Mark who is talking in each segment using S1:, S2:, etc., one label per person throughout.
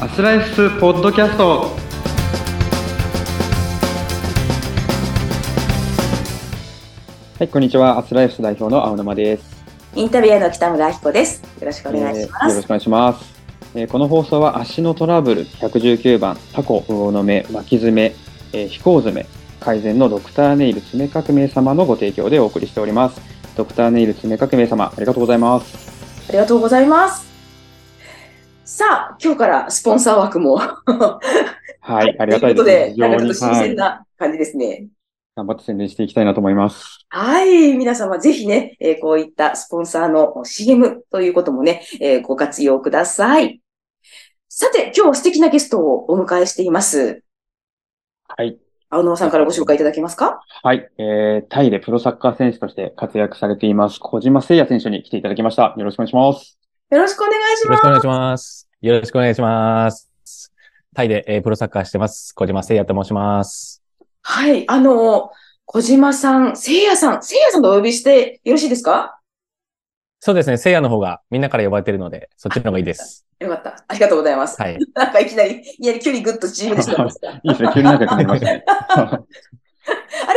S1: アスライフポッドキャストはいこんにちはアスライフ代表の青沼です
S2: インタビュアーの北村明子です。よろしくお願いし
S1: えー
S2: ま
S1: よろ
S2: す。
S1: しくお願いします、えーこの放送は足のトラブル119番タコ魚の目巻き爪、えー、飛行爪改善のドクターネイル爪革命様のご提供でお送りしておりますドクターネイル爪革命様ありがとうございます
S2: ありがとうございます。さあ、今日からスポンサー枠も。は
S1: はいありがたい
S2: と
S1: です
S2: いうことで、なかなか
S1: 非
S2: と
S1: 常
S2: 新
S1: にはい
S2: 鮮な感じですね。
S1: 頑張って宣伝していきたいなと思います
S2: はい、皆様ぜひね、えーこういったスポンサーの CM ということもね、えーご活用ください。さて、今日素敵なゲストをお迎えしています。
S1: はい
S2: 青野さんからご紹介いただけますか
S1: はい、えー、タイでプロサッカー選手として活躍されています、小島誠也選手に来ていただきました。よろしくお願いします。
S2: よろしくお願いしま
S3: よろ
S2: す
S3: し。くお願いします。よろしくお願いします。タイで、えープロサッカーしてます。小島聖也と申します。
S2: はい、あの、小島さん、聖夜さん、聖夜さんとお呼びしてよろしいですか
S3: そうですね。聖也の方がみんなから呼ばれてるので、そっちの方がいいです。
S2: よかった。ありがとうござい ます。
S3: はい。
S2: なんかいきなり、いきなり急にグッと縮めてしまいました。あ
S1: いいですね、急に仲良くなりましたね。
S2: れ、いつも青沼さんは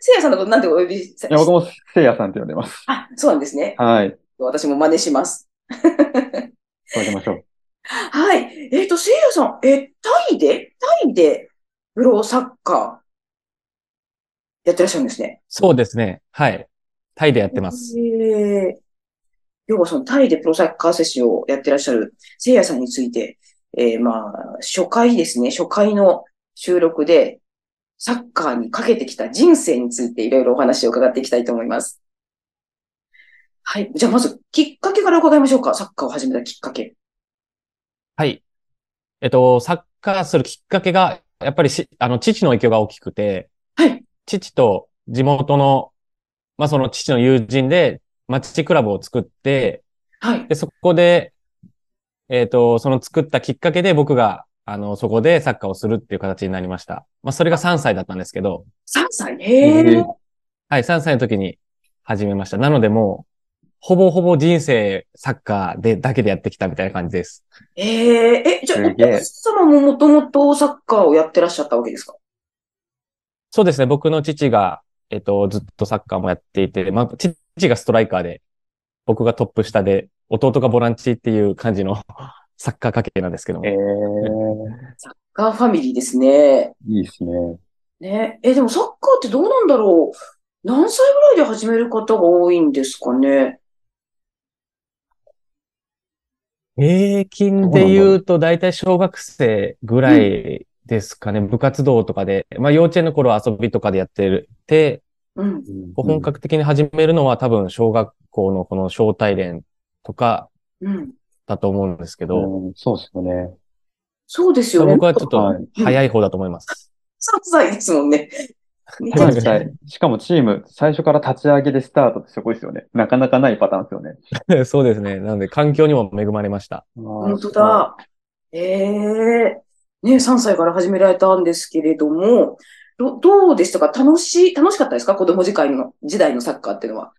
S2: せいやさんのことなんてお呼びさ
S1: いや僕も誠也さんって呼んでます。
S2: あ、そうなんですね。
S1: はい、
S2: 私も真似します。
S1: そうしましょう。
S2: はい。えっ、と、せいやさん、え、タイでタイでプロサッカーやってらっしゃるんですね。
S3: そうですね。はい。タイでやってます。
S2: えー、要はそのタイでプロサッカー選手をやってらっしゃるせいやさんについて、えーまあ、初回ですね、初回の収録で、サッカーにかけてきた人生についていろいろお話を伺っていきたいと思います。はい。じゃあまず、きっかけから伺いましょうか。サッカーを始めたきっかけ。
S3: はい。えっと、サッカーするきっかけが、やっぱりし、あの、父の影響が大きくて、
S2: はい。
S3: 父と地元の、まあ、その父の友人で、町クラブを作って、
S2: はい。
S3: で、そこで、えっ、と、その作ったきっかけで僕が、あの、そこでサッカーをするっていう形になりました。まあ、それが3歳だったんですけど、
S2: 3歳。へ
S1: へ
S2: え
S1: ー。
S3: はい、3歳の時に始めました。なのでもう、ほぼほぼ人生サッカーで、だけでやってきたみたいな感じです。
S2: えー、え、じゃあ、
S1: すげえ
S2: お父様ももともとサッカーをやってらっしゃったわけですか
S3: そうですね、僕の父が、えっ、と、ずっとサッカーもやっていて、まあ、父がストライカーで、僕がトップ下で、弟がボランチっていう感じの サッカー家系なんですけども
S1: え。
S2: ガーファミリーですね。
S1: ー、いいですね。
S2: ね、え、でもサッカーってどうなんだろう何歳ぐらいで始める方が多いんですかね
S3: 平均で言うと、だいたい小学生ぐらいですかね、部活動とかで、まあ幼稚園の頃は遊びとかでやってる。で、
S2: うん。
S3: こう本格的に始めるのは多分小学校のこの招待連とか
S2: うん。
S3: だと思うんですけ
S1: う
S3: ど、
S1: ん、そうですよね。
S2: そうです
S3: ま
S2: よ
S3: あ
S2: ね。
S3: 僕はちょっ
S1: は
S3: と
S1: い
S3: 早い方だと思います。
S2: 3歳ですもん ね。めちゃ
S3: は
S2: く
S3: い
S2: ち
S1: 3歳。しかもチーム、最初から立ち上げでスタートってすごいですよね。なかなかないパターンですよね。
S3: そうですね。なので環境にも恵まれました。
S2: ゃ本当。だ。ええね、3歳から始められたんですけれども、ど、どうでしたか楽しい、楽しかったですか子供時代の、時代のサッカーっていうのは。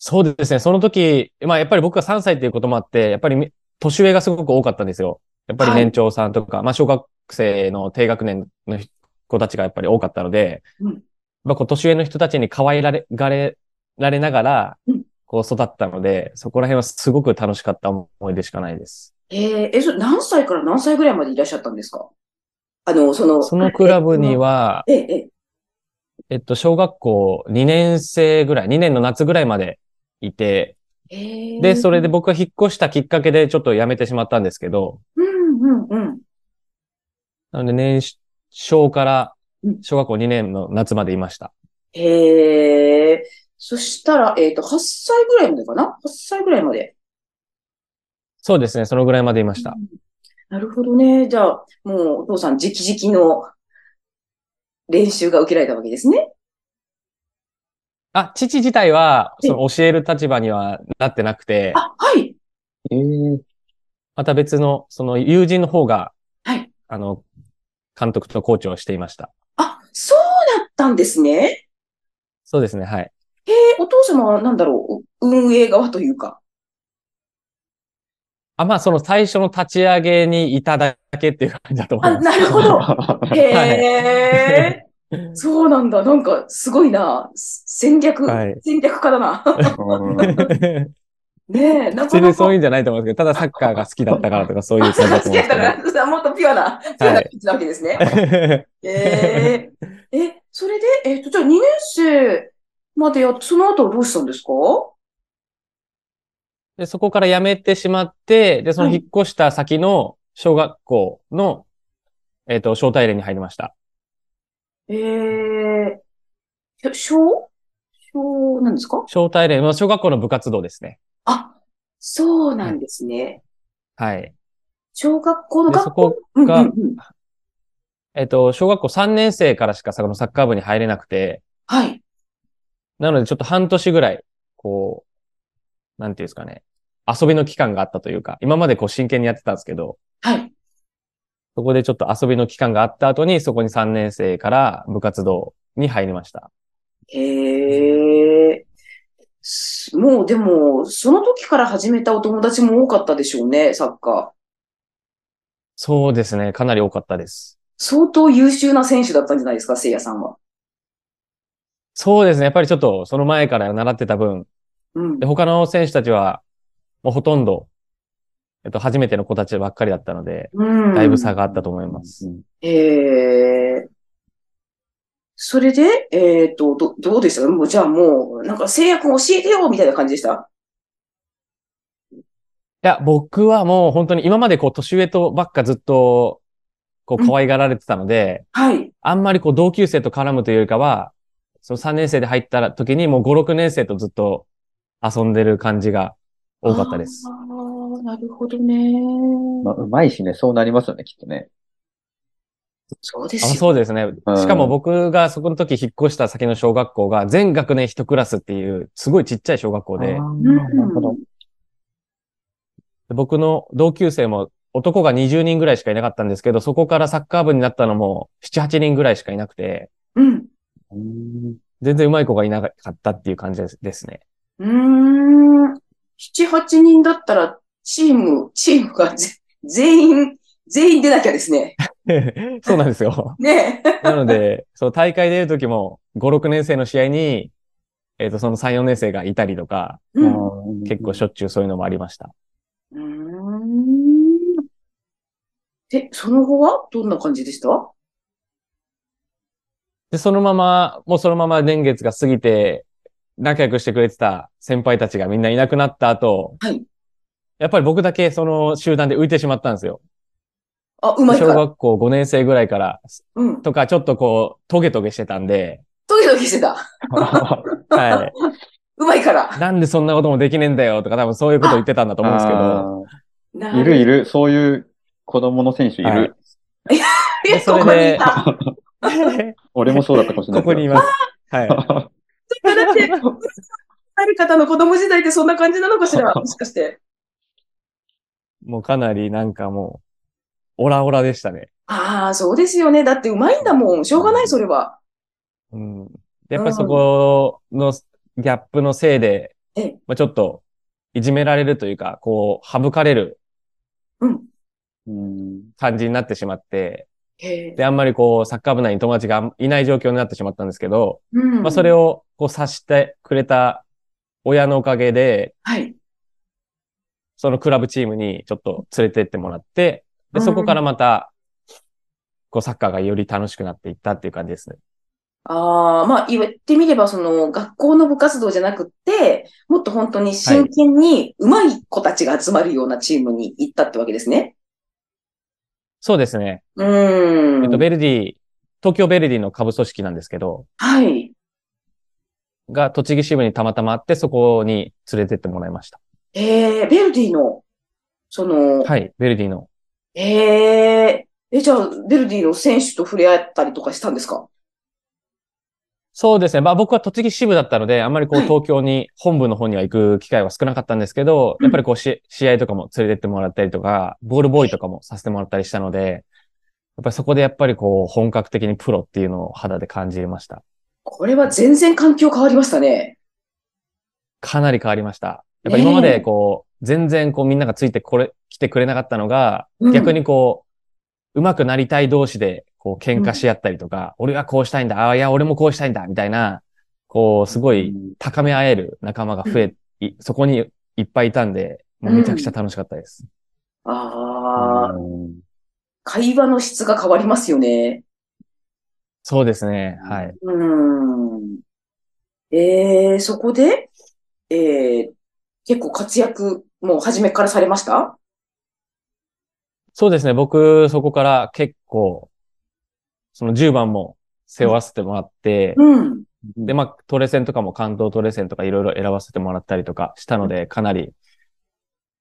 S3: そうですね。その時、まあやっぱり僕が3歳っていうこともあって、やっぱりみ年上がすごく多かったんですよ。やっぱり年長さんとか、まあ小学生の低学年の子たちがやっぱり多かったので、
S2: うん
S3: まあこう年上の人たちに可愛られ、がれ、られながら
S2: うん、
S3: こう育ったので、そこら辺はすごく楽しかった思い出しかないです。
S2: えええ、それ何歳から何歳ぐらいまでいらっしゃったんですかあの、その、
S3: そのクラブには、
S2: ええ、ええ、
S3: えっと、小学校2年生ぐらい、2年の夏ぐらいまでいて、
S2: ええ
S3: で、それで僕が引っ越したきっかけでちょっと辞めてしまったんですけど、
S2: うん、うん、うん。
S3: なので、年少から
S2: うん
S3: 小学校2年の夏までいました。
S2: へえ。そしたら、えっと、8歳ぐらいまでかな ?8 歳ぐらいまで。
S3: そうですね、そのぐらいまでいました。
S2: なるほどね。じゃあ、もう、お父さん、直々の練習が受けられたわけですね。
S3: あ、父自体は、
S2: え
S3: その教える立場にはなってなくて、
S2: あ、はい。
S1: えー、
S3: また別の、その友人の方が、
S2: はい。
S3: あの、監督とコーチをしていました。
S2: あ、そうだったんですね。
S3: そうですね、はい。
S2: え、お父様は、なんだろう、う運営側というか。
S3: あ、まあ、その最初の立ち上げにいただけっていう感じだと思い
S2: あ、
S3: ます。
S2: なるほど。へえ、
S3: はい
S2: そうなんだ。なんか、すごいな。戦略、
S3: はい
S2: 戦略家だな。 ねえ、なかな
S3: 全然
S2: か
S3: そういうんじゃないと思うんですけど、ただサッカーが好きだったからとかそういう感じだと
S2: 好
S3: 思
S2: き
S3: うん
S2: だっ
S3: です
S2: たか
S3: け
S2: ら もっとピュアな、ピュアなピッチなわけですね。
S3: ど。
S2: えええ、それで、えっと、じゃあ2年生までやっその後はどうしたんですか
S3: で、そこから辞めてしまって、で、その
S2: はい
S3: 引っ越した先の小学校の、えっと、招待連に入りました。
S2: ええひょ小小なんですか
S3: 招待連、まあ小学校の部活動ですね。
S2: あ、そうなんですね。
S3: はい。
S2: 小学校の
S3: で
S2: 学
S3: そこ
S2: 校
S3: が
S2: うんうんうん。
S3: えっと、小学校3年生からしかそのサッカー部に入れなくて、
S2: はい。
S3: なのでちょっと半年ぐらい、こう、なんていうんですかね、遊びの期間があったというか、今までこう真剣にやってたんですけど、
S2: はい。
S3: そこでちょっと遊びの期間があった後に、そこに3年生から部活動に入りました。
S2: へえ。すもうでも、その時から始めたお友達も多かったでしょうね、サッカー。
S3: そうですね、かなり多かったです。
S2: 相当優秀な選手だったんじゃないですか、せいやさんは。
S3: そうですね、やっぱりちょっとその前から習ってた分、
S2: うん
S3: で。他の選手たちは、もうほとんど、えっと、初めての子たちばっかりだったので、
S2: うん。
S3: だいぶ差があったと思います。
S2: ええ。それで、えっと、ど、どうでしたもう、じゃあもう、なんか、せいやくん教えてよみたいな感じでした
S3: いや、僕はもう本当に今までこう年上とばっかずっとこう可愛がられてたので、
S2: はい。
S3: あんまりこう同級生と絡むというよりかは、その3年生で入った時にもう5、6年生とずっと遊んでる感じが多かったです
S2: あ。あ、なるほどね。
S1: まあ、うまいしね、そうなりますよね、きっとね。
S2: そうで
S3: あ
S2: すよ。
S3: そうですね。
S1: うん
S3: しかも僕がそこの時引っ越した先の小学校が全学年1クラスっていうすごいちっちゃい小学校で、
S2: うん
S1: なるほど。
S3: で僕の同級生も男が20人ぐらいしかいなかったんですけど、そこからサッカー部になったのも7、8人ぐらいしかいなくて、
S2: うん。
S1: うん
S3: 全然上手い子がいなかったっていう感じですで すね。
S2: うーん。七、八人だったら、チーム、チームがぜ全員、全員出なきゃですね。。
S3: そうなんですよ
S2: ねえ。
S3: なので、その大会出る時も5、6年生の試合に、えっ、と、その3、4年生がいたりとか、
S2: うん。う
S3: 結構しょっちゅうそういうのもありました。
S2: ーん。で、その後はどんな感じでした
S3: で、そのまま、もうそのまま年月が過ぎて、仲良くしてくれてた先輩たちがみんないなくなった後、
S2: はい
S3: やっぱり僕だけその集団で浮いてしまったんですよ。
S2: あ、うまい
S3: 小
S2: か。
S3: 学校5年生ぐらいから、
S2: うん。
S3: とかちょっとこう、トゲトゲしてたんで、
S2: ドキドキしてた。
S3: は
S2: うまいか
S3: い。
S2: ら。
S3: なんでそんなこともできねえんだよとか多分そういうこと言ってたんだと思うんですけど、
S2: な
S1: あーいるいる、そういう子供の選手いる。
S3: はい
S2: え、
S3: それ
S2: こ
S3: で
S2: こにいた。
S1: 俺もそうだったかもしれな
S3: こ
S1: いけど。
S3: こにいます。はい。
S2: だって、ある方の子供時代ってそんな感じなのかしら もしかして。
S3: もうかなりなんかもう、オラオラでしたね。
S2: ああ、そうですよね。だってうまいんだもん。しょうがない、それは。
S3: うん。でやっぱりそこのギャップのせいで、
S2: ええ。
S3: まあ、ちょっと、いじめられるというか、こう、省かれる
S2: うん。
S1: うん
S3: 感じになってしまって、
S2: へえ。
S3: で、あんまりこう、サッカー部内に友達がいない状況になってしまったんですけど、
S2: うん。
S3: まあ、それ。を、こう、察してくれた親のおかげで、
S2: はい。
S3: そのクラブチームにちょっと連れてってもらって、で、そこからまた、こう、サッカーがより楽しくなっていったっていう感じですね。
S2: ああ、まあ、言ってみれば、その、学校の部活動じゃなくって、もっと本当に真剣に、うまい子たちが集まるようなチームに行ったってわけですね。
S3: そうですね。
S2: うーん。
S3: えっと、ベルディ、東京ベルディの下部組織なんですけど、
S2: はい。
S3: が栃木支部にたまたまあって、そこに連れてってもらいました。
S2: ええ、ベルディの、その、
S3: はい、ベルディの。
S2: ええ、え、じゃあ、ベルディの選手と触れ合ったりとかしたんですか
S3: そうですね。まあ僕は栃木支部だったので、あんまりこう
S2: はい
S3: 東京に本部の方には行く機会は少なかったんですけど、
S2: うん
S3: やっぱりこうし試合とかも連れてってもらったりとか、ボールボーイとかもさせてもらったりしたので、やっぱりそこでやっぱりこう本格的にプロっていうのを肌で感じました。
S2: これは全然環境変わりましたね。
S3: かなり変わりました。やっぱり今までこう、全然こうみんながついてこれ、来てくれなかったのが、
S2: うん
S3: 逆にこう、上手くなりたい同士で、こう、喧嘩し合ったりとか、俺はこうしたいんだ、ああ、いや、俺もこうしたいんだ、みたいな、こう、すごい高め合える仲間が増え、いそこにいっぱいいたんで、もうめちゃくちゃ楽しかったです。
S2: ああ、
S1: うん
S2: 会話の質が変わりますよね。
S3: そうですね、はい。
S2: うーん。えー、そこで、えー、結構活躍、もう初めからされました
S3: そうですね、僕、そこから結構、その10番も背負わせてもらって、
S2: うん。
S3: で、まあ、トレセンとかも関東トレセンとかいろいろ選ばせてもらったりとかしたので、かなり、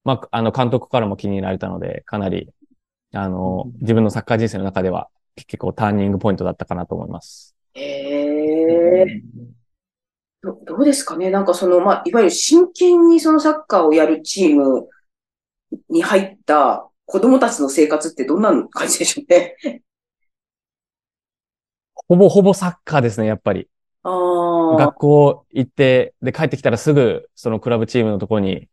S3: まあ、あの、監督からも気に入られたので、かなり、あの、自分のサッカー人生の中では、結構ターニングポイントだったかなと思います。
S2: えー、ど、どうですかねなんかその、まあ、いわゆる真剣にそのサッカーをやるチームに入った子供たちの生活ってどんな感じでしょうね。
S3: ほぼほぼサッカーですね、やっぱり。
S2: ああ、
S3: 学校行って、で、帰ってきたらすぐ、そのクラブチームのところに、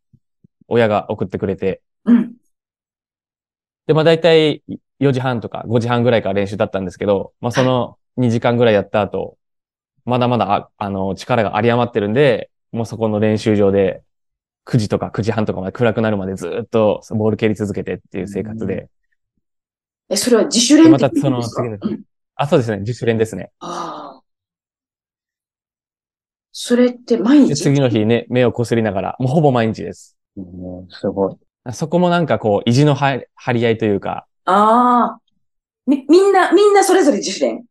S3: 親が送ってくれて、
S2: うん。
S3: で、まあ大体4時半とか5時半ぐらいから練習だったんですけど、まあその2時間ぐらいやった後、まだまだあ、あの、力が有り余ってるんで、もうそこの練習場で9時とか9時半とかまで暗くなるまでずっとボール蹴り続けてっていう生活で、
S2: え、それは自主練
S3: ま
S2: って
S3: た
S2: こと
S3: その
S2: ですか
S3: 次の日
S2: うん
S3: あ、そうですね、自主練ですね。
S2: ああ。それって毎
S3: で、
S2: 日
S3: 次の日ね、目をこすりながら、もうほぼ毎日です。
S1: うんすごい。
S3: そこもなんかこう、意地の張り張り合いというか、
S2: ああ。み、みんな、みんなそれぞれ自主練。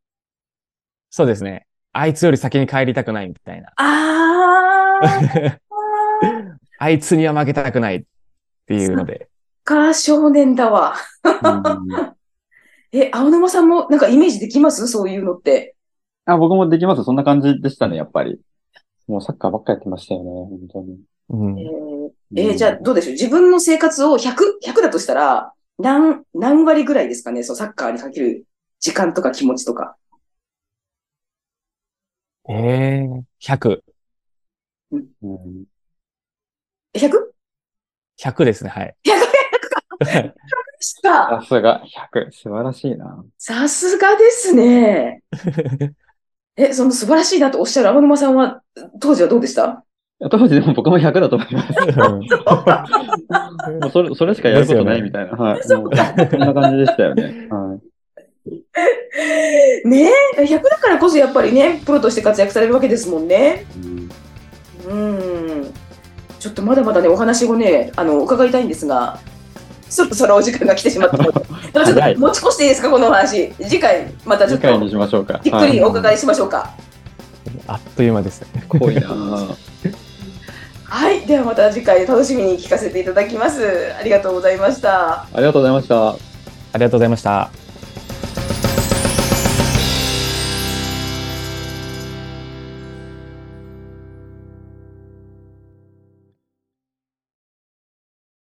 S3: そうですね。あいつより先に帰りたくないみたい な。
S2: あ あ。
S3: あいつには負けたくないっていうので。
S2: か、少年だわ。
S1: うん
S2: え、青沼さんもなんかイメージできますそういうのって。
S1: あ、僕もできます。そんな感じでしたね、やっぱり。もうサッカーばっかやってましたよね、本当に。
S3: うん
S2: えーえーじゃあどうでしょう自分の生活を100、100だとしたら、何、何割ぐらいですかねそのサッカーにかける時間とか気持ちとか。
S3: ええ100。
S1: うん、
S2: え 100?
S3: 100ですね、はい。
S2: さ
S1: さすが100。素晴らしいな。
S2: さすがですね。え、その素晴らしいなとおっしゃる青沼さんは、当時はどうでした
S1: 当時でも僕も100だと思い ます。もうそれそれしかやることないみたいな。はい。もうそんな感じでしたよね。はい。
S2: ねえ、100だからこそやっぱりね、プロとして活躍されるわけですもんね。うん。ちょっとまだまだね、お話をね、あの、伺いたいんですが、そろそろお時間が来てしまった ので、でもちょっ
S1: 早い
S2: と持ち越していいですか、このお話。次回、またちょ
S1: 次
S2: っ
S1: 回
S2: と
S1: に、しましょうか。
S2: じっくりお伺
S1: い。
S2: いしましょうか。
S3: あっという間ですね。
S1: 濃いな。
S2: はい、ではまた次回、楽しみに聞かせていただきます。ありがとうございました。
S1: ありがとうございました。
S3: ありがとうございました。